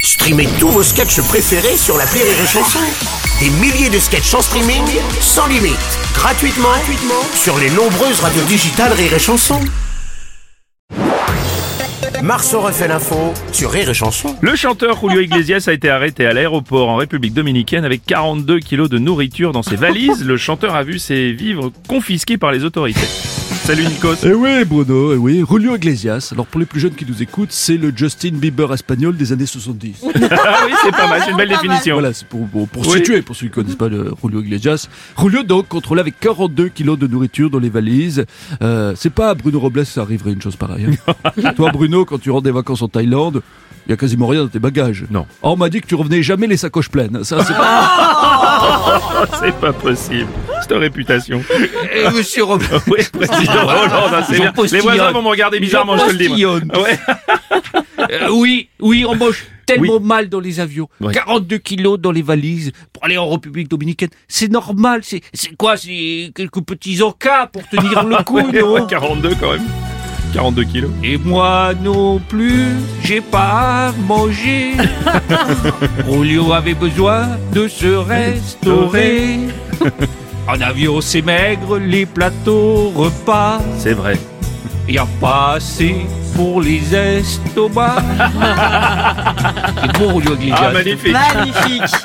Streamez tous vos sketchs préférés sur la Rire et Chanson. Des milliers de sketchs en streaming, sans limite, gratuitement, gratuitement sur les nombreuses radios digitales Rire et Chanson. Marceau refait l'info sur Rire et Chanson. Le chanteur Julio Iglesias a été arrêté à l'aéroport en République dominicaine avec 42 kilos de nourriture dans ses valises. Le chanteur a vu ses vivres confisqués par les autorités. Salut Nikos. Eh oui, Bruno, eh oui, Julio Iglesias. Alors pour les plus jeunes qui nous écoutent, c'est le Justin Bieber espagnol des années 70. Ah oui, c'est pas mal, c'est une belle définition. Voilà, c'est pour, pour, pour Oui. situer, pour ceux qui connaissent pas le Julio Iglesias. Julio donc contrôlé avec 42 kilos de nourriture dans les valises. Euh, c'est pas à Bruno Robles ça arriverait une chose pareille. hein. Toi Bruno, quand tu rentres des vacances en Thaïlande, il y a quasiment rien dans tes bagages. Non. Or, on m'a dit que tu revenais jamais les sacoches pleines. Ça, c'est pas... C'est pas possible. C'est ta réputation. Et monsieur Robles, Oui, président Hollande, hein, c'est Jean bien. Les Postillon. voisins vont me regarder bizarrement, je te le dis. moi. Postillon. Ouais. euh, oui, oui, on mange tellement mal dans les avions. Oui. 42 kilos dans les valises pour aller en République Dominicaine. C'est normal, c'est c'est quoi C'est quelques petits encas pour tenir le coup, Ouais, ouais, non 42 quand même. 42 kilos. Et moi non plus, j'ai pas mangé. Julio avait besoin de se restaurer. En avion, c'est maigre, les plateaux repas. C'est vrai. Y a pas assez pour les estomacs. C'est bon, Julio Iglesias. Ah, magnifique. Magnifique